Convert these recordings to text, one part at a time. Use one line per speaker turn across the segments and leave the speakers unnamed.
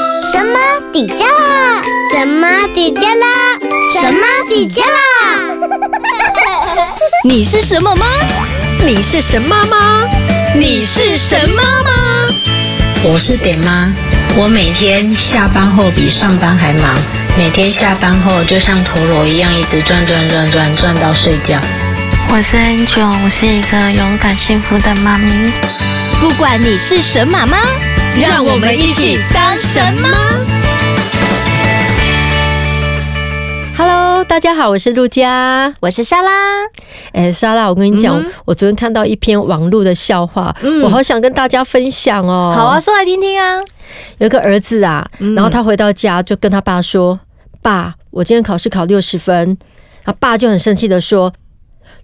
什么底加啦？什么底加啦？什么底加 啦？
你是什么吗？你是神妈吗？你是神妈吗？
我是点妈，我每天下班后比上班还忙，每天下班后就像陀螺一样一直转转转转转到睡觉。
我是 Angel，我是一个勇敢幸福的妈咪。
不管你是神妈妈，让我们一起当神妈。
Hello，大家好，我是陆佳。
我是莎拉，
哎、莎拉，我跟你讲，
嗯
我昨天看到一篇网络的笑话，我好想跟大家分享哦。
好啊，，嗯说来听听啊。
有一个儿子啊，然后他回到家就跟他爸说：“爸，我今天考试考六十分。”他爸就很生气的说：“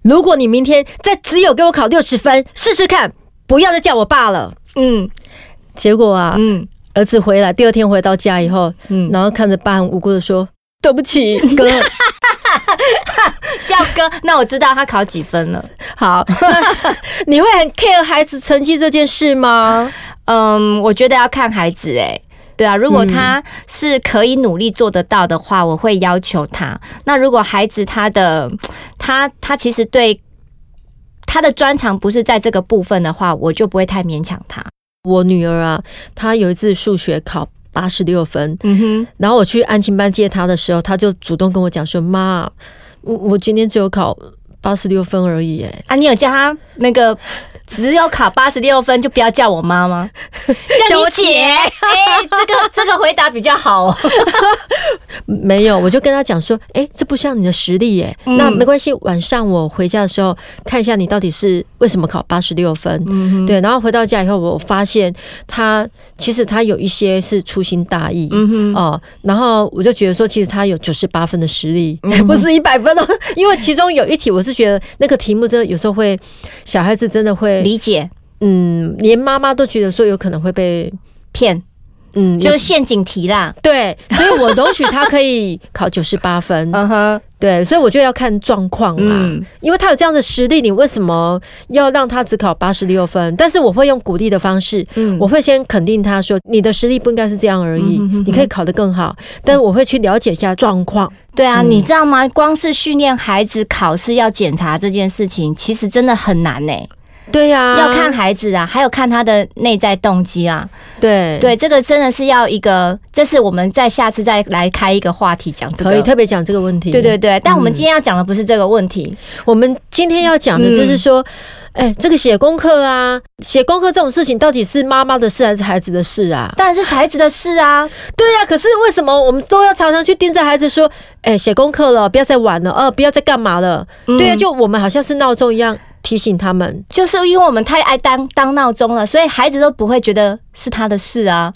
如果你明天再只有给我考六十分，试试看，不要再叫我爸了。
嗯”
结果啊，
嗯，
儿子回来第二天回到家以后，
嗯
然后看着爸很无辜的说：“对不起，哥。”
叫哥，那我知道他考几分了。
好，那你会很 care 孩子成绩这件事吗？
嗯，我觉得要看孩子哎、对啊，如果他是可以努力做得到的话，我会要求他。那如果孩子他的他他其实对他的专长不是在这个部分的话，我就不会太勉强他。
我女儿啊，她有一次数学考八十六分，
嗯哼，
然后我去安亲班接她的时候，她就主动跟我讲说：“妈，我我今天只有考八十六分而已。”哎，
啊，你有叫他那个只要考八十六分就不要叫我妈 吗？叫你姐， 哎、这个这个回答比较好哦。
没有，我就跟她讲说：“哎、这不像你的实力耶。
嗯
那没关系，晚上我回家的时候看一下你到底是为什么考八十六分。
嗯
对，然后回到家以后，我发现她其实她有一些是粗心大意，
嗯哼，
哦，然后我就觉得说，其实他有九十八分的实力，
嗯
不是一百分哦。因为其中有一题，我是觉得那个题目真的有时候会，小孩子真的会，
理解
嗯，连妈妈都觉得说有可能会被，
骗
嗯，
就
有
是陷阱题啦。
对，所以我容许他可以考九十八分，
嗯哼，
对，所以我就要看状况啦。
嗯
因为他有这样的实力，你为什么要让他只考八十六分？但是我会用鼓励的方式，
嗯
我会先肯定他说，你的实力不应该是这样而已，
嗯哼哼
你可以考得更好。但我会去了解一下状况。
对啊，你知道吗？光是训练孩子考试要检查这件事情，其实真的很难呢、
对呀、
要看孩子啊，还有看他的内在动机啊。
对
对，这个真的是要一个，这是我们在下次再来开一个话题讲这个。
可以特别讲这个问题。
对对，对，但我们今天要讲的不是这个问题。
我们今天要讲
嗯
的就是说，哎、这个写功课啊，写功课这种事情到底是妈妈的事还是孩子的事啊？
当然是孩子的事啊，
对呀、可是为什么我们都要常常去盯着孩子说，哎、写功课了，不要再玩了，呃，不要再干嘛了？ 对啊呀、
嗯
就我们好像是闹钟一样提醒他们。
就是因为我们太爱当当闹钟了，所以孩子都不会觉得是他的事啊。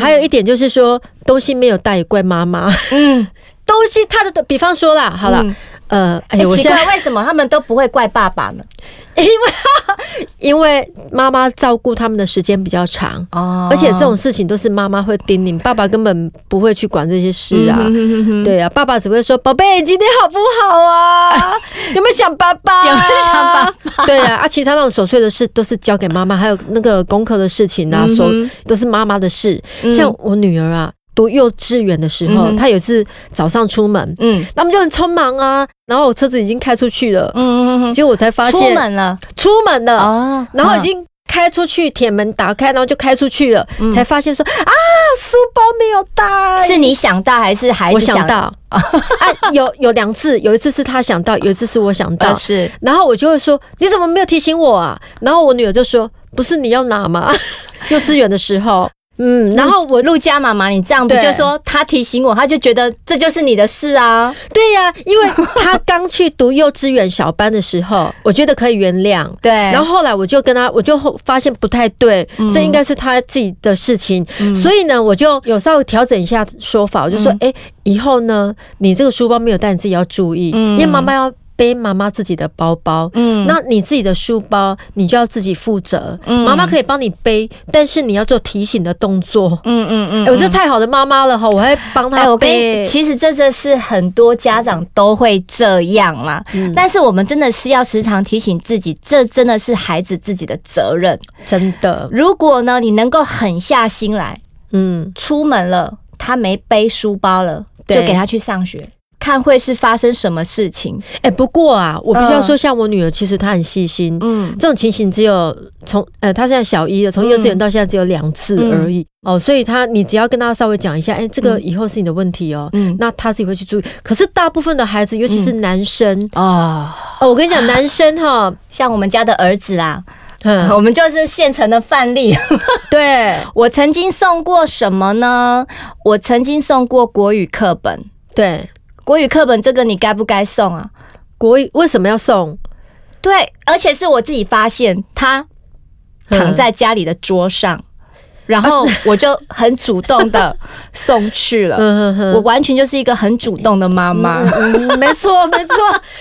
还有一点就是说，东西没有带也怪妈妈。
嗯，
东西他的，比方说啦，好了，
嗯
呃，哎、
哎
我
奇
现在
怪，为什么他们都不会怪爸爸呢？
因为妈妈照顾他们的时间比较长，
哦
而且这种事情都是妈妈会叮咛，爸爸根本不会去管这些事
嗯
啊。对啊，爸爸只会说：“宝贝，今天好不 好啊？有没有想爸爸、
有没有想爸
爸？”对啊，啊，其他那种琐碎的事都是交给妈妈，还有那个功课的事情啊，
嗯
手
哼
都是妈妈的事。
嗯
像我女儿啊，读幼稚园的时候，
嗯哼
她有一次早上出门，
嗯
他们就很匆忙啊，然后我车子已经开出去了，
嗯嗯嗯，
结果我才发
出
现
门了
出门了。
哦，
然后已经开出去，铁门打开，然后就开出去了，
嗯
才发现说啊，书包没有带。
啊是你想到还是孩子
我想？到 啊，有有两次，有一次是他想到，有一次是我想到嗯
呃，，是
然后我就会说你怎么没有提醒我啊？然后我女儿就说不是你要拿吗？ 幼稚园的时候，嗯，然后我
陆家妈妈，你这样不
对
就说他提醒我，他就觉得这就是你的事啊？
对呀、因为他刚去读幼稚园小班的时候，我觉得可以原谅，
对，
然后后来我就跟他，我就后发现不太对，
嗯
这应该是他自己的事情，所以呢，我就有稍微调整一下说法，我就说，
嗯
哎、以后呢，你这个书包没有带，你自己要注意，因为妈妈要背妈妈自己的包包。
嗯
那你自己的书包，你就要自己负责。妈妈可以帮你背，但是你要做提醒的动作。
嗯嗯嗯
哎，我这太好的妈妈了哈，我还帮
哎，
她
我跟
背。
你，其实这这是很多家长都会这样啦。
嗯
但是我们真的是要时常提醒自己，这真的是孩子自己的责任。
真的，
如果呢，你能够狠下心来，
嗯，
出门了。他没背书包了，就
对
给他去上学，看会是发生什么事情。
哎、不过啊，我必须要
嗯
说，像我女儿，其实她很细心。
嗯，
这种情形只有从呃，她现在小一了，从幼稚园到现在只有两次
嗯
而已、哦，所以她你只要跟她稍微讲一下，哎、这个以后是你的问题哦，
嗯
那她自己会去注意。可是大部分的孩子，尤其是男生，
哦，
哦，我跟你讲，男生 哈，
像我们家的儿子啦，
嗯，
我们就是现成的范例。
对
我曾经送过什么呢？我曾经送过国语课本。
对，
国语课本这个你该不该送啊？
国语为什么要送？
对，而且是我自己发现他躺
嗯
在家里的桌上，然后我就很主动的送去了。
嗯哼哼
我完全就是一个很主动的妈妈，
嗯，没错，没错，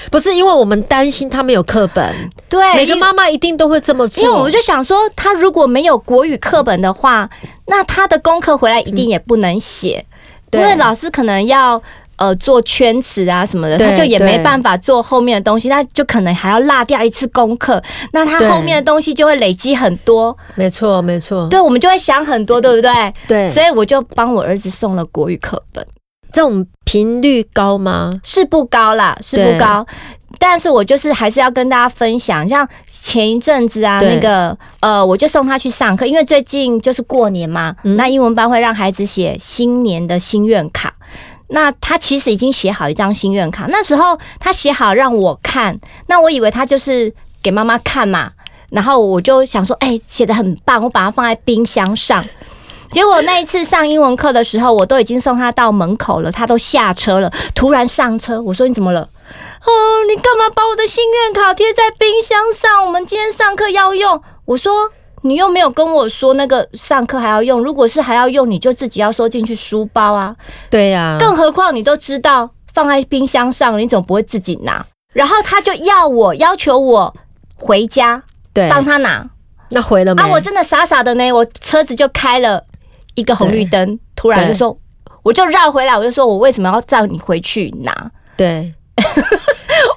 不是因为我们担心他没有课本，
对，
每个妈妈一定都会这么做。
哎因为我就想说，他如果没有国语课本的话，那他的功课回来一定也不能写，
嗯对
因为老师可能要呃做圈词啊什么的，
对
他就也没
对
办法做后面的东西，那就可能还要落掉一次功课，那他
对
后面的东西就会累积很多，
没错，没错，
对我们就会想很多，对不对？
对，
所以我就帮我儿子送了国语课本，
这种频率高吗？
是不高啦，是
对
不高。但是我就是还是要跟大家分享，像前一阵子啊，
对
那个呃，我就送他去上课，因为最近就是过年嘛，
嗯
那英文班会让孩子写新年的心愿卡。那他其实已经写好一张心愿卡，那时候他写好让我看，那我以为他就是给妈妈看嘛，然后我就想说，哎、写的很棒，我把它放在冰箱上。结果那一次上英文课的时候，我都已经送他到门口了，他都下车了，突然上车，我说你怎么了？哦，你干嘛把我的心愿卡贴在冰箱上？我们今天上课要用。我说你又没有跟我说那个上课还要用，如果是还要用，你就自己要收进去书包啊。
对呀、
更何况你都知道放在冰箱上，你总不会自己拿。然后他就要我要求我回家
对，
帮他拿。
那回了没？
啊，我真的傻傻的呢，我车子就开了一个红绿灯，突然就说，我就绕回来，我就说我为什么要叫你回去拿？
对，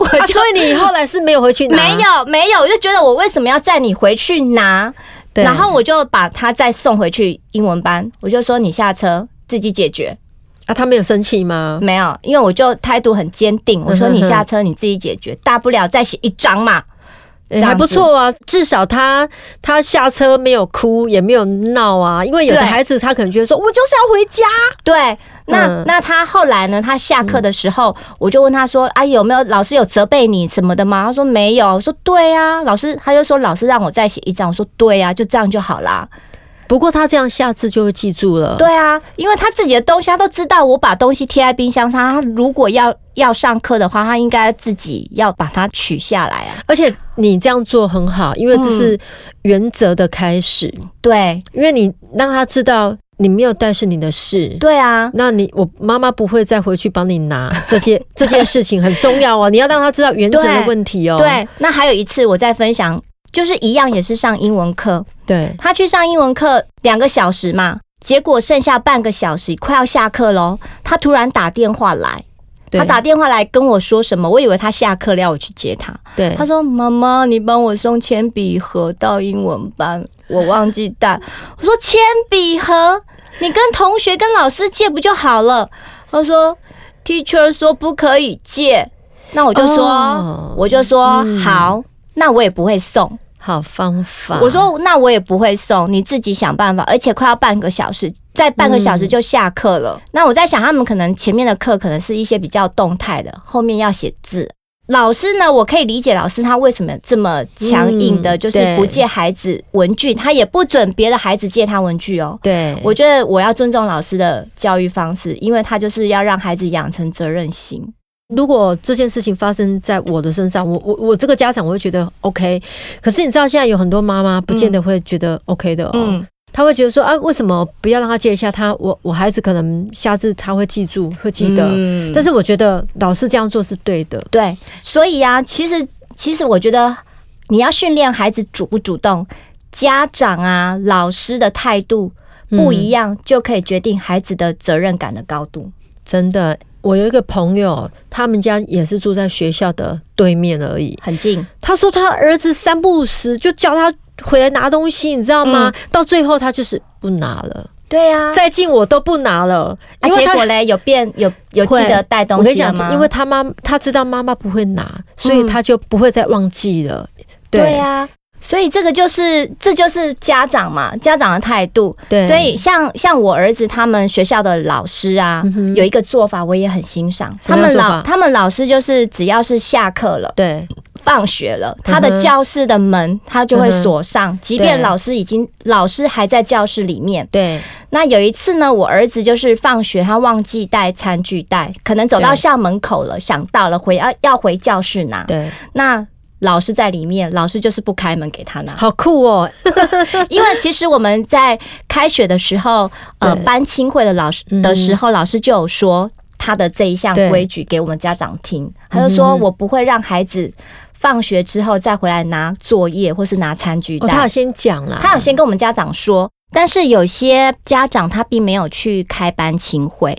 我
啊
就、
所以你后来是没有回去拿，
没，有没有，我就觉得我为什么要载你回去拿？
对，
然后我就把他再送回去英文班，我就说你下车自己解决。
啊，他没有生气吗？
没有，因为我就态度很坚定，我说你下车你自己解决，大不了再写一张嘛。
哎还不错
嗯
啊，至少他他下车没有哭，也没有闹啊，因为有的
对
孩子他可能觉得说，我就是要回 家，
对，那、
嗯
那他后来呢？他下课的时候，我就问他说：“啊，有没有老师有责备你什么的吗？”他说：“没有。”我说：“对啊，老师。”他就说：“老师让我再写一张。”我说：“对啊，就这样就好啦。
不过他这样下次就会记住了，
对啊，因为他自己的东西，他都知道我把东西贴在冰箱上。他如果要要上课的话，他应该自己要把它取下来啊。
而且你这样做很好，因为这
嗯
是原则的开始，
对
因为你让他知道你没有带是你的事。
对啊，
那你我妈妈不会再回去帮你拿 这件这件事情很重要哦，你要让他知道原则的问题哦。
对。那还有一次，我再分享，就是一样也是上英文课，
对
他去上英文课两个小时嘛，结果剩下半个小时，快要下课喽。他突然打电话来，
对，
他打电话来跟我说什么？我以为他下课了，要我去接他。
对
他说：“妈妈，你帮我送铅笔盒到英文班，我忘记带。”我说：“铅笔盒，你跟同学跟老师借不就好了？”他说：“Teacher 说不可以借。”那我就说，
哦
我就说、好，那我也不会送。
好方法。
我说那我也不会送，你自己想办法。而且快要半个小时，再半个
嗯
小时就下课了。那我在想，他们可能前面的课可能是一些比较动态的，后面要写字。老师呢，我可以理解老师他为什么这么强硬的，
嗯
就是不借孩子文具，他也不准别的孩子借他文具哦。
对，
我觉得我要尊重老师的教育方式，因为他就是要让孩子养成责任心。
如果这件事情发生在我的身上，我我我这个家长我会觉得 OK。可是你知道现在有很多妈妈不见得会觉得 OK 的哦，她会觉得说啊，为什么不要让他借一下他？我我孩子可能下次他会记住，会记得。
嗯
但是我觉得老师这样做是对的，
对，所以啊，其实其实我觉得你要训练孩子主不主动，家长啊、老师的态度
嗯
不一样，就可以决定孩子的责任感的高度。
真的。我有一个朋友，他们家也是住在学校的对面而已。
很近，
他说他儿子嗯三不五时就叫他回来拿东西，你知道吗？到最后他就是不拿了。
对啊，
再近我都不拿了，
啊，
因为
结
他
果嘞，有变有有记
会
得带
我
东
跟你
西了
讲嗯
吗？，
因为他妈他知道妈妈不会拿，所以他就不会再忘记了。
对啊，所以这个就是这就是家长嘛，家长的态度。
对
所以像像我儿子他们学校的老师啊，有一个做法我也很欣赏。
嗯什
他
么样
们
的做
老
法
他们老师就是只要是下课了、
对
放学了，他
嗯
的
哼
教室的门他就会
嗯哼
锁上，即便
对
老师已经老师还在教室里面。
对
那有一次呢，我儿子就是放学他忘记带餐具袋，可能走到
对
校门口了，想到了回要啊要回教室拿。
对，
那老师在里面，老师就是不开门给他拿，
好酷哦！
因为其实我们在开学的时 候，呃，
对嗯
班亲会的老师的时候，老师就有说他的这一项
对
规矩给我们家长
嗯
听，他就说我不会让孩子放学之后再回来拿作业或是拿餐具
哦，
袋，
他有先讲啦，
他有先跟我们家长说，但是有些家长他并没有去开班亲会。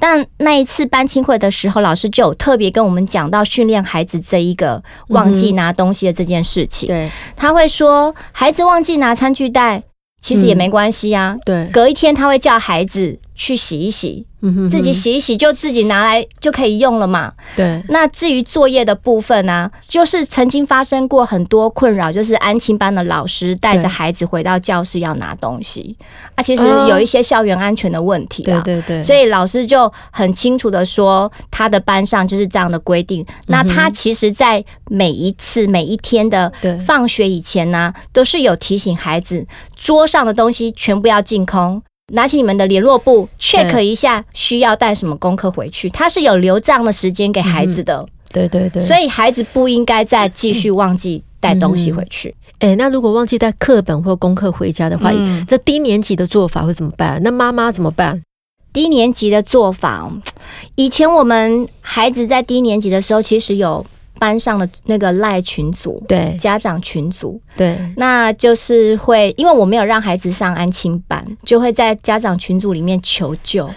但那一次班亲会的时候，老师就有特别跟我们讲到训练孩子这一个忘
嗯
记拿东西的这件事情。
对
他会说，孩子忘记拿餐具袋，其
嗯
实也没关系啊。
对，
隔一天他会叫孩子去洗一洗，
嗯哼
自己洗一洗就自己拿来就可以用了嘛。
对
那至于作业的部分呢、就是曾经发生过很多困扰，就是安亲班的老师带着
对
孩子回到教室要拿东西啊，其实
嗯
有一些校园安全的问题
对
啊。
对对，
所以老师就很清楚的说，他的班上就是这样的规定。
嗯
那他其实，在每一次每一天的
对
放学以前呢、都是有提醒孩子，桌上的东西全部要净空，拿起你们的联络簿 check 一下，需要带什么功课回去。他是有留这样的时间给孩子的，
对对嗯对，
所以孩子不应该再继续忘记带东西回去。
哎，那如果忘记带课本或功课回家的话，
嗯
这低年级的做法会怎么办？那妈妈怎么办？
低年级的做法，嗯以前我们孩子在低年级的时候，其实有班上的那个赖群组、
对
家长群组，
对
那就是会因为我没有让孩子上安亲班，就会在家长群组里面求救。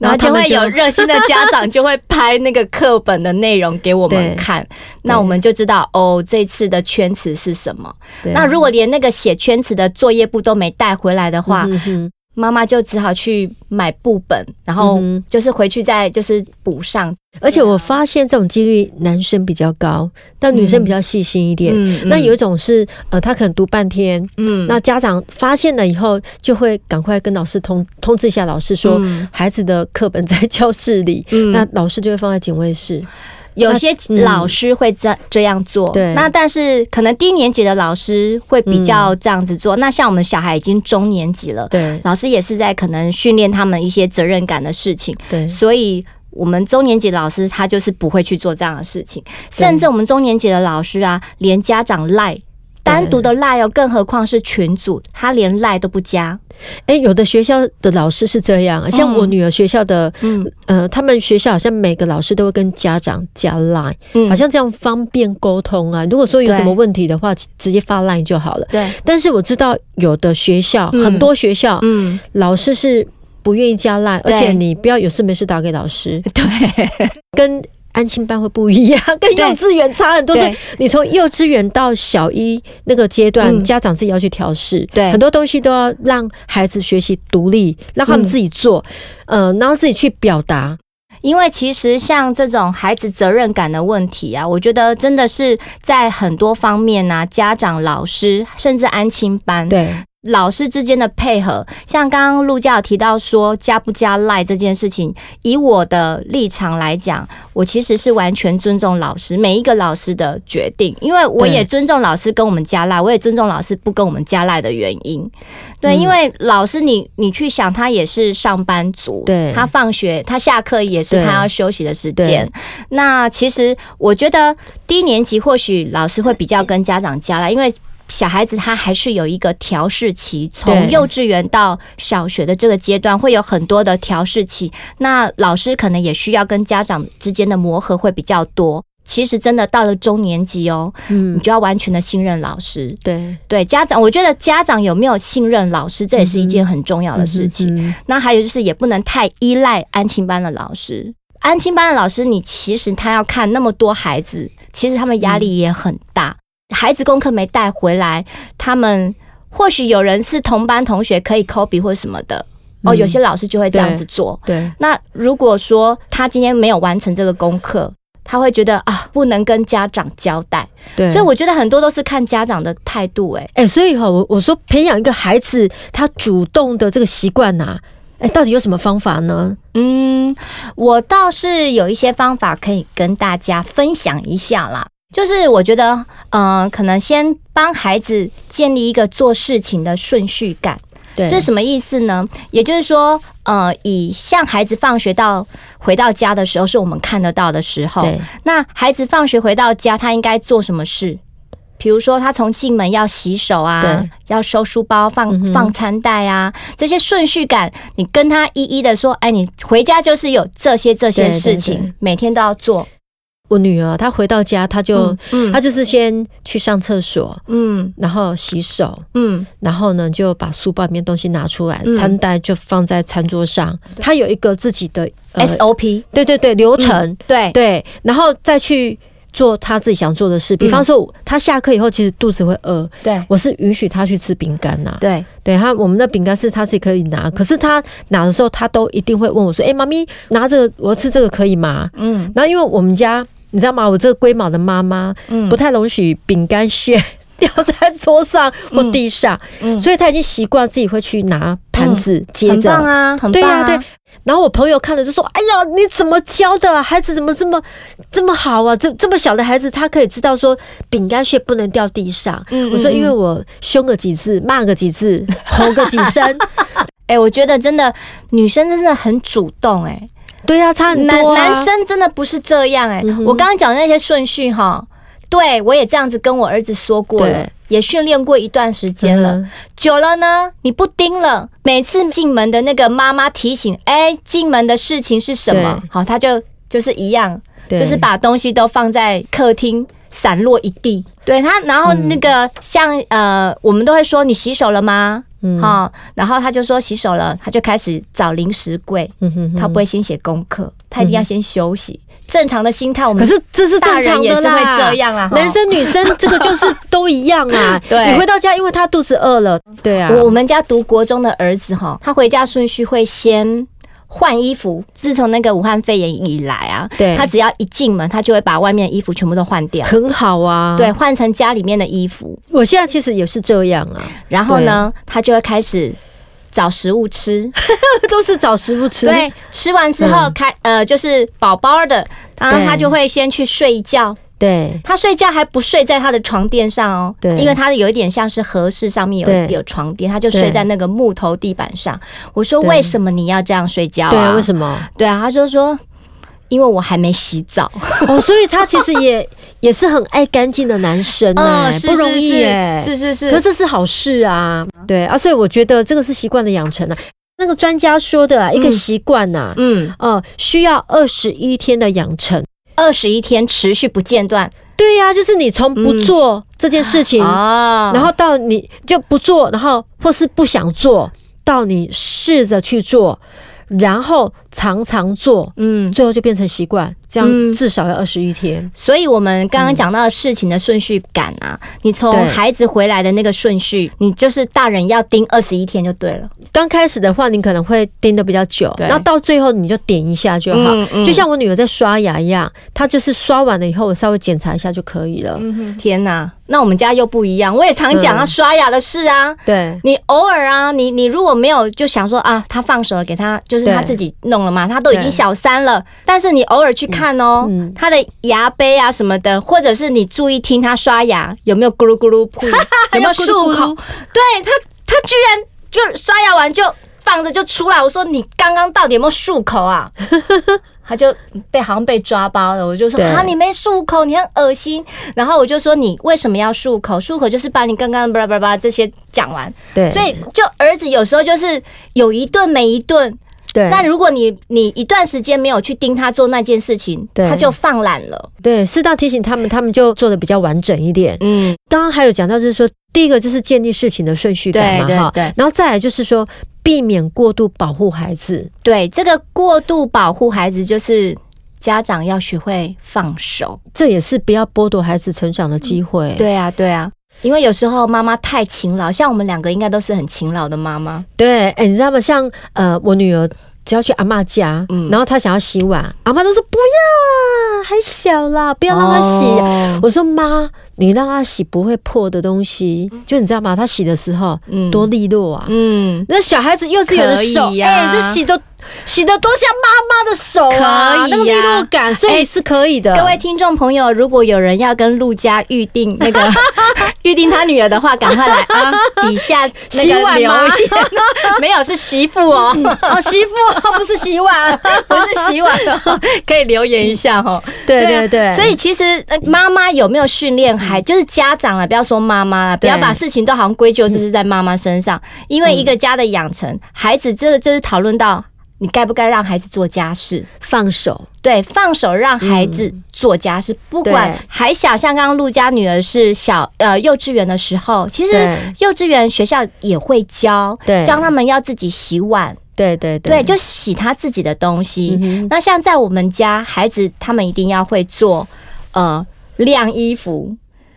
然
然
后
后他
就
们
会有
就
热心的家长就会拍那个课本的内容 给我们
对
看，那我们就知道哦，这次的圈词是什么。
对，
那如果连那个写圈词的作业簿都没带回来的话，
嗯哼
妈妈就只好去买簿本，然后
嗯哼
就是回去再就是补上。
而且
啊
我发现这种几率男生比较高，但女生比较细心一点。
嗯
那有一种是，呃，他可能读半天，
嗯
那家长发现了以后，就会赶快跟老师通通知一下老师说，
嗯
孩子的课本在教室里，
嗯
那老师就会放在警卫室。
有些
嗯
老师会这这样做，
对
那但是可能低年级的老师会比较这样子做。那像我们小孩已经中年级了，
嗯对
老师也是在可能训练他们一些责任感的事情，
对
所以。我们中年级老师他就是不会去做这样的事情，甚至我们中年级的老师啊，连家长赖单独的赖哦，更何况是群组，他连赖都不加。
哎，有的学校的老师是这样，像我女儿学校的，
嗯
呃，他们学校好像每个老师都会跟家长加 line，、
嗯
好像这样方便沟通啊。如果说有什么
对
问题的话，直接发 line 就好了。
对，
但是我知道有的学校，
嗯
很多学校、
嗯，
老师是不愿意加 line，而
对嗯
且你不要有事没事打给老师，
对，
跟安亲班会不一 样，跟幼稚园差很多。所以
对
你从幼稚园到小一那个阶段，
嗯
家长自己要去调试，
对
很多东西都要让孩子学习独立，让他们自己做，嗯、然后自己去表达。
因为其实像这种孩子责任感的问题啊，我觉得真的是在很多方面啊，家长、老师甚至安亲班，
对
老师之间的配合，像刚刚陆教有提到说加不加赖这件事情，以我的立场来讲，我其实是完全尊重老师每一个老师的决定，因为我
对
也尊重老师跟我们加赖，我也尊重老师不跟我们加赖的原因。
嗯
对，因为老师你你去想，他也是上班族，
对
他放学他下课也是
对
他要休息的时间
对。
那其实我觉得低年级或许老师会比较跟家长加赖，因为小孩子他还是有一个调试期，从
对
幼稚园到小学的这个阶段会有很多的调试期，那老师可能也需要跟家长之间的磨合会比较多。其实真的到了中年级哦，你
嗯，
就要完全的信任老师。
对，
对家长，我觉得家长有没有信任老师，这也是一件很重要的事情。
嗯
那还有就是，也不能太依赖安亲班的老师。安亲班的老师，你其实他要看那么多孩子，其实他们压力也很大。孩子功课没带回来，他们或许有人是同班同学可以 copy 或什么的，哦，有些老师就会这样子做。
嗯对，
那如果说他今天没有完成这个功课，他会觉得啊，不能跟家长交代。
对，
所以我觉得很多都是看家长的态度、欸。
哎、所以哈，我我说培养一个孩子他主动的这个习惯呐，哎、到底有什么方法呢？
嗯，我倒是有一些方法可以跟大家分享一下啦。就是我觉得，嗯、可能先帮孩子建立一个做事情的顺序感。
对，
这是什么意思呢？也就是说，呃，以像孩子放学到回到家的时候，是我们看得到的时候。
对
那孩子放学回到家，他应该做什么事？比如说，他从进门要洗手啊
对，嗯
要收书包、放、放餐袋啊，这些顺序感，你跟他一一的说，哎，你回家就是有这些这些
对对
事情，
对
每天都要做。
我女儿她回到家，她就、
嗯
她就是先去上厕所，
嗯
然后洗手，
嗯
然后呢就把书包里面东西拿出来，
嗯
餐袋就放在餐桌上。她有一个自己的、呃
，SOP
对对对流程，
嗯对
嗯对，然后再去做她自己想做的事。比
嗯
方说，她下课以后其实肚子会饿，
对
我是允许她去吃饼干呐、啊
对
对他，我们的饼干是他自己可以
嗯
拿，可是他拿的时候，他都一定会问我说：“哎、妈咪，拿这个，我要吃这个可以吗？”
嗯
然后因为我们家，你知道吗？我这个龟毛的妈妈
嗯
不太容许饼干屑 掉在桌上或地上，
嗯
所以他已经习惯自己会去拿盘子接
很
着。
棒啊，很
对
棒
呀、
啊，
对。然后我朋友看了就说：“哎呀，你怎么教的、啊？孩子怎么这么这么好啊？这这么小的孩子，他可以知道说饼干屑不能掉地上。
嗯嗯
我说：“因为我凶个几次，骂个几次， 吼个几 声。
哎、我觉得真的女生真的很主动、哎。
对呀、差很多、
男
啊。
男生真的不是这样哎、
嗯哼
我刚刚讲的那些顺序哈，对我也这样子跟我儿子说过了
对，
也训练过一段时间了。
嗯
久了呢，你不盯了，每次进门的那个妈妈提醒，哎、进门的事情是什么
对？
好，他就就是一样，
对
就是把东西都放在客厅。散落一地，对他，然后那个像、呃，我们都会说你洗手了吗？
嗯
哈、然后他就说洗手了，他就开始找零食柜，
嗯哼哼
他不会先写功课，他一定要先休息。正常的心态，我们
可是这是
大
正
人
常
也
的
是
啦，
会这样啊啦。哈。
男，生女生这个就是都一样啊
对
你回到家，因为他肚子饿了，对啊，
我我们家读国中的儿子哈，他回家顺序会先。换衣服，自从那个武汉肺炎以来啊，
对
他只要一进门，他就会把外面的衣服全部都换掉，
很好啊。
对，，换成家里面的衣服，
我现在其实也是这样 啊，
然后呢，他就会开始找食物吃，
都是找食物吃。
对，吃完之后
嗯
开、呃就是饱饱的，然后
对
他就会先去睡觉，
对
他睡觉还不睡在他的床垫上哦，
对
因为他有一点像是和室上面有
对
有床垫，他就睡
对
在那个木头地板上。我说
对
为什么你要这样睡觉、啊？
对啊，为
么？
什 么？
对啊，他就说因为我还没洗澡。
哦，所以他其实也也是很爱干净的男生哎、
嗯是
不容易
是
耶、
哦是嗯是
可是
是，
这是好事啊，对啊，所以我觉得这个是习惯的养成啊。那个专家说的、啊、一个习惯呐、
嗯，
呃，需要二十一天的养成。
二十一天持续不间断
对呀、就是你从不做这件事情，
嗯哦
然后到你就不做，然后或是不想做，到你试着去做，然后常常做，
嗯。
最后就变成习惯，
嗯
这样至少要二十一天。
所以，我们刚刚讲到的事情的顺序感啊，你从
对
孩子回来的那个顺序，你就是大人要盯二十一天就对了。
刚开始的话，你可能会盯得比较久，
对
然后到最后你就点一下就好。
嗯嗯
就像我女儿在刷牙一样，她就是刷完了以后，我稍微检查一下就可以了。
嗯天呐，那我们家又不一样。我也常讲啊，
嗯
刷牙的事啊，
对
你偶尔啊，你你如果没有就想说啊，他放手了，给他就是
对
他自己弄了嘛，他都已经
对
小三了。但是你偶尔去看哦，
嗯嗯
他的牙杯啊什么的，或者是你注意听他刷牙有没有咕噜咕噜 噗，有没有
咕噜
漱
咕噜
口？对他，他居然就刷牙完就放着就出来。我说你刚刚到底有没有漱口 啊？他就被好像被抓包了，我就说
对
啊，你没漱口，你很恶心。然后我就说你为什么要漱口？漱口就是把你刚刚巴拉巴拉巴拉这些讲完。
对，
所以就儿子有时候就是有一顿没一顿。
对
那如果你你一段时间没有去盯他做那件事情，
对
他就放懒了。
对，适当提醒他们，他们就做的比较完整一点。
嗯，
刚刚还有讲到，就是说，第一个就是建立事情的顺序感嘛，
对对
哈，
对
然后再来就是说，避免过度保护孩子，
对，这个过度保护孩子就是家长要学会放手。
这也是不要剥夺孩子成长的机会。
嗯对啊，对啊。因为有时候妈妈太勤劳，像我们两个应该都是很勤劳的妈妈。
对，哎、你知道吗？像呃，我女儿只要去阿嬷家，
嗯
然后她想要洗碗，阿嬷都说不要啊，还小啦，不要让她洗。
哦
我说妈，你让她洗不会破的东西，就你知道吗？她洗的时候、
嗯
多利落啊。
嗯，
那小孩子幼稚园的手，
可
哎、
以呀
这洗的洗的多像妈妈的手
可
啊，
以呀
那个利落感，所以
哎
是可以的。
各位听众朋友，如果有人要跟陆家预定 那个预定他女儿的话，赶快来啊！底下那
洗
个
碗
留
吗
言， 没有是媳妇哦，
哦，媳妇不是 洗碗，
不是洗碗哦，可以留言一下哦。
对
啊
对对，
所以其实呃妈妈有没有训练孩，就是家长啊了，不要说妈妈了，不
对嗯
要把事情都好像归咎就是在妈妈身上，因为一个家的养成，孩子这个就是讨论到你该不该让孩子做家事，
放手，
对，放手让孩子做家事，不管
嗯对
还小，像刚刚陆家女儿是小呃幼稚园的时候，其实
对
幼稚园学校也会教，
对
教他们要自己洗碗，
对对
对，就洗他自己的东西。
嗯哼
那像在我们家，孩子他们一定要会做，呃，晾衣服、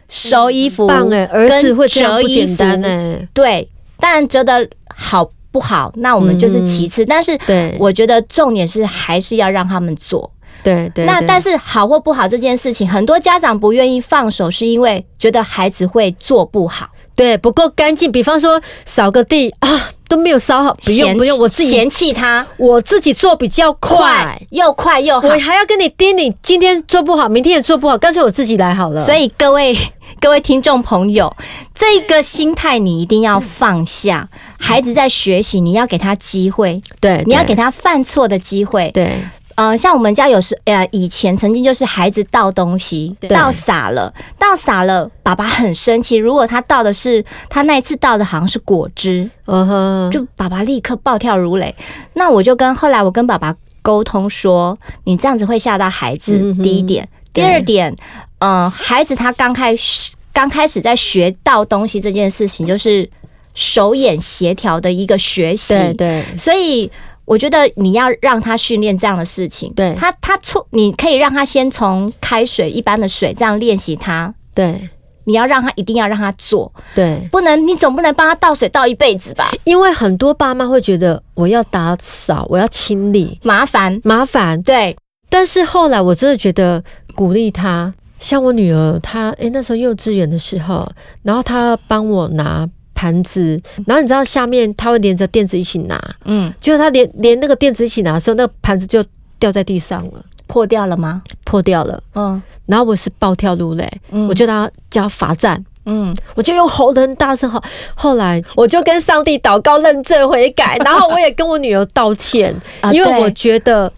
收衣服，
棒哎、儿子
跟
会这样
折
不
衣
简
服
单哎、
对，但折的好不好，那我们就是其次。但是
嗯对
我觉得重点是还是要让他们做。
对对
那但
是
是好或不好这件事情，很多家长不愿意放手，是因为觉得孩子会做不好，
对不够干净，比方说扫个地啊都没有扫好，不用
嫌
不用，我自己
嫌弃他
我自己做比较快
快，又快又好
我。还要跟你叮咛，今天做不好，明天也做不好，干脆我自己来好了。
所以各位 各位听众朋友，这个心态你一定要放下。孩子在学习，你要给他机会，
嗯呃对，
你要
对
给他犯错的机会。
对
呃，像我们家有时呃，以前曾经就是孩子倒东西，
对
倒洒了，倒洒了，爸爸很生气。如果他倒的是他那一次倒的好像是果汁，
嗯哼，
就爸爸立刻暴跳如雷。那我就跟后来我跟爸爸沟通说，你这样子会吓到孩子。
嗯哼
第一点，第
对
二点，呃，孩子他刚开始刚开始在学到东西这件事情，就是手眼协调的一个学习。
对对
所以我觉得你要让他训练这样的事情。
对
他他错，你可以让他先从开水一般的水这样练习他。
对
你要让他一定要让他做，
对，
不能你总不能帮他倒水倒一辈子吧？
因为很多爸妈会觉得我要打扫，我要清理，
麻烦。
麻烦，
对，
但是后来我真的觉得鼓励她，像我女儿，她诶、那时候幼稚园的时候，然后她帮我拿盘子，然后你知道下面她会连着垫子一起拿，
嗯，
结果她连连那个垫子一起拿的时候，那个盘子就掉在地上了，
破掉了吗？
破掉了。
嗯
然后我是暴跳如雷，
嗯
我就让她叫她罚站，
嗯，
我就用吼得很大声吼。后来我就跟上帝祷告认罪悔 改，然后我也跟我女儿道歉，
啊
因为
对
我觉得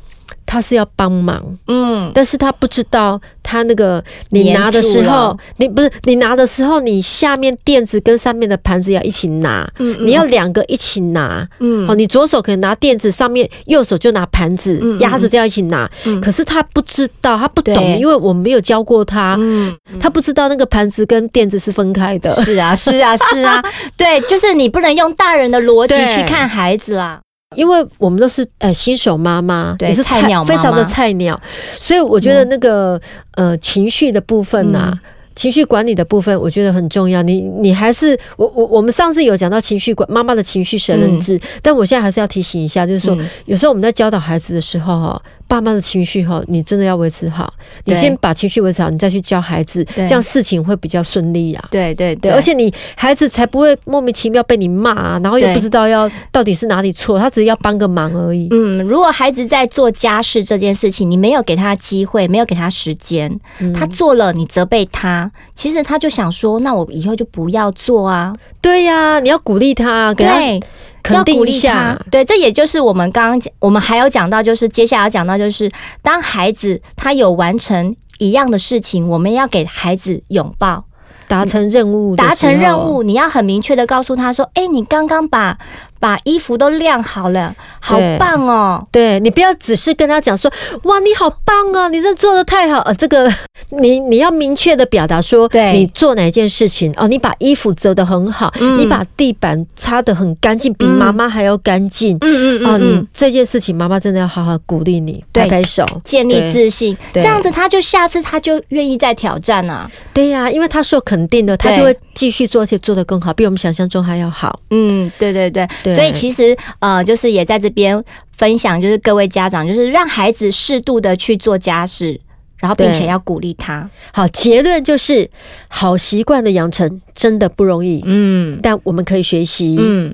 她是要帮忙。
嗯，
但是他不知道他那个你
粘
拿的时
住
候
了，
你不是你拿的时候，你下面垫子跟上面的盘子要一起拿，
嗯嗯
你要两个一起拿。
嗯
哦，你左手可能拿垫子，上面右手就拿盘子
嗯嗯，
压着这样一起拿。
嗯
可是他不知道，他不懂，
对
因为我没有教过他，
嗯，
他不知道那个盘子跟垫子是分开的。
是啊，是啊，是 啊，对，就是你不能用大人的逻辑
对
去看孩子啊啦。
因为我们都是呃新手妈妈，
对
也是
菜鸟妈妈嗯
非常的菜鸟，所以我觉得那个、呃情绪的部分呐、情绪管理的部分，我觉得很重要。你你还是我我我们上次有讲到情绪管妈妈的情绪神人制，但我现在还是要提醒一下，就是说、
嗯
有时候我们在教导孩子的时候哈，爸妈的情绪哈，你真的要维持好，你
对
先把情绪维持好，你再去教孩子，
对
这样事情会比较顺利啊呀、
对对对，
对，而且你孩子才不会莫名其妙被你骂、啊，然后又
对
不知道要到底是哪里错，他只是要帮个忙而已。
嗯，如果孩子在做家事这件事情，你没有给他机会，没有给他时间，他做了，你责备他，其实他就想说，那我以后就不要做啊。
对呀、你要鼓励他，给他
对，
肯定
要
一
鼓
下
励他。对，这也就是我们刚刚讲，我们还有讲到，就是接下来要讲到，就是当孩子他有完成一样的事情，我们要给孩子拥抱，
达成任务的时候，哦
达成任务。你要很明确的告诉他说：“哎、你刚刚把把衣服都晾好了，好
对
棒哦！
对你不要只是跟他讲说，哇，你好棒啊，你这做的太好，呃，这个 你你要明确的表达说，
对
你做哪件事情哦，你把衣服折得很好，
嗯
你把地板擦得很干净，比
嗯
妈妈还要干净。
嗯嗯
哦，
嗯嗯
你，这件事情，妈妈真的要好好鼓励你，
对
拍拍手。
建立自信，这
对
样子他就下次他就愿意再挑战啊。
对呀、因为他受肯定了，他
对
就会继续做，而且做得更好，比我们想象中还要好。
嗯，对对对，
对
所以其实呃，就是也在这边分享，就是各位家长，就是让孩子适度的去做家事，然后并
对
且要鼓励他。
好，结论就是，好习惯的养成真的不容易，
嗯
但我们可以学习。
嗯，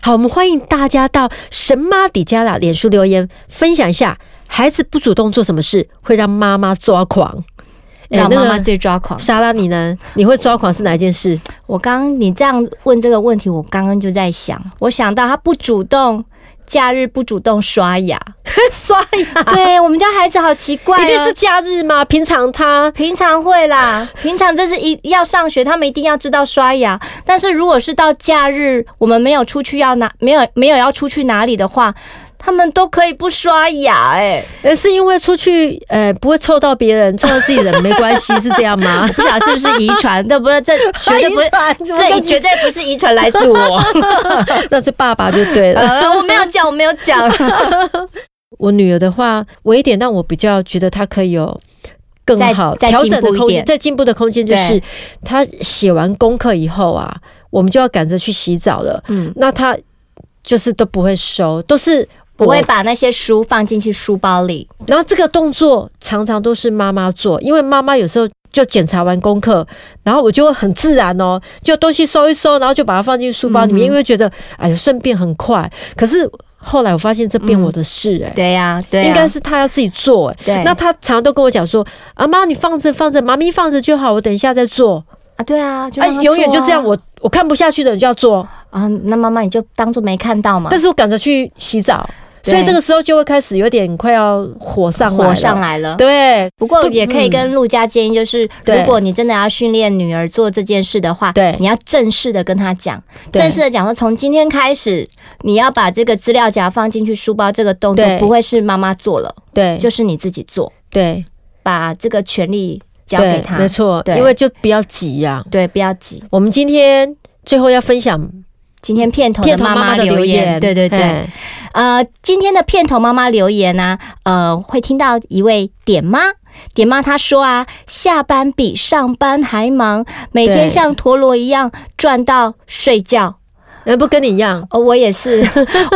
好，我们欢迎大家到神妈底加啦脸书留言分享一下，孩子不主动做什么事会让妈妈抓狂？哎
让妈妈
那个
最抓狂。
莎拉，你呢？你会抓狂是哪一件事？
我刚刚你这样问这个问题，我刚刚就在想，我想到他不主动。假日不主动刷 牙，
刷牙？
对我们家孩子好奇怪、哦，
一定是假日吗？平常他
平常会 啦，平常这是一要上学，他们一定要知道刷牙。但是如果是到假日，我们没有出去要哪，没有没有要出去哪里的话，他们都可以不刷牙、欸。
呃是因为出去呃不会臭到别人，臭到自己人没关系，是这样吗
哎，？不晓得是不是遗传？这不是这绝对不是
遗传，怎么
这
跟你
绝对不是遗传 来自我。
那是爸爸就对了。
呃，我没有讲，我没有 讲。
我女儿的话，我一点让我比较觉得她可以有更
再
好
再
调
进
整的
步一
空间，
点
再进步的空间就是
对
她写完功课以后啊，我们就要赶着去洗澡了。
嗯，
那她就是都不会收，都是
我
我
会把那些书放进去书包里。
然后这个动作常常都是妈妈做，因为妈妈有时候就检查完功课，然后我就会很自然哦，就东西收一收，然后就把它放进书包里
嗯
面，因为觉得哎呀顺便很快。可是后来我发现这变我的事哎、
嗯对呀、对、呀
应该是他要自己做、欸。
对
那他常常都跟我讲说：“啊妈，你放着放着，妈咪放着就好，我等一下再做。
啊，对啊，就
啊
让他，
永远
做
就
啊
这样，我我看不下去的人就要做，
啊，那妈妈你就当做没看到嘛。
但是我赶着去洗澡，
对
所以这个时候就会开始有点快要火上来了
火上。来了，
对
不过
不
也可以跟陆家建议，就是、
对
如果你真的要训练女儿做这件事的话，
对
你要正式的跟她讲，
对
正式的讲说，从今天开始，你要把这个资料夹放进去书包，这个动作
对
不会是妈妈做了，
对，
就是你自己做，
对
把这个权利交给
对
她，
没，错，
对
因为就比较急呀、
对，不要急。
我们今天最后要分享
今天片头
片
的
头
妈
妈的
留
留言，
对对对，
哎
呃，今天的片头妈妈留言呢、呃，会听到一位点妈。点妈她说啊，下班比上班还忙，每天
对
像陀螺一样转到睡觉。
呃，不跟你一样，
哦，我也是，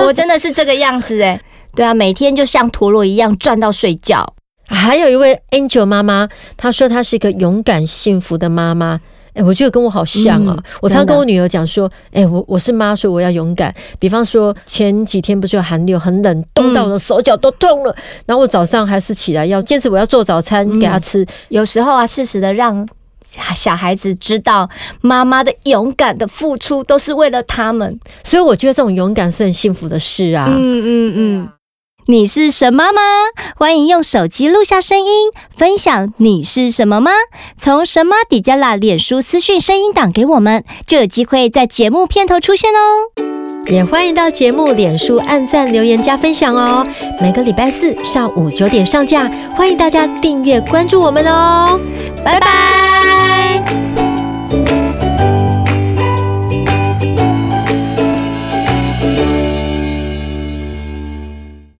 我真的是这个样子诶。对啊，每天就像陀螺一样转到睡觉。
还有一位 Angel 妈妈，她说她是一个勇敢幸福的妈妈。哎、我觉得跟我好像哦、
嗯
我常
真的
跟我女儿讲说，哎、我我是妈，所以我要勇敢。比方说前几天不是有寒流，很冷，冻到我的手脚都痛了、然后我早上还是起来要坚持我要做早餐给她
嗯
吃。
有时候啊，适时的让小孩子知道，妈妈的勇敢的付出都是为了他们。
所以我觉得这种勇敢是很幸福的事啊。
嗯嗯嗯。你是什么吗？欢迎用手机录下声音，分享你是什么吗？从神马底加拉脸书私讯声音档给我们，就有机会在节目片头出现哦。
也欢迎到节目脸书按赞、留言、加分享哦。每个礼拜四上午九点上架，欢迎大家订阅关注我们哦。
拜拜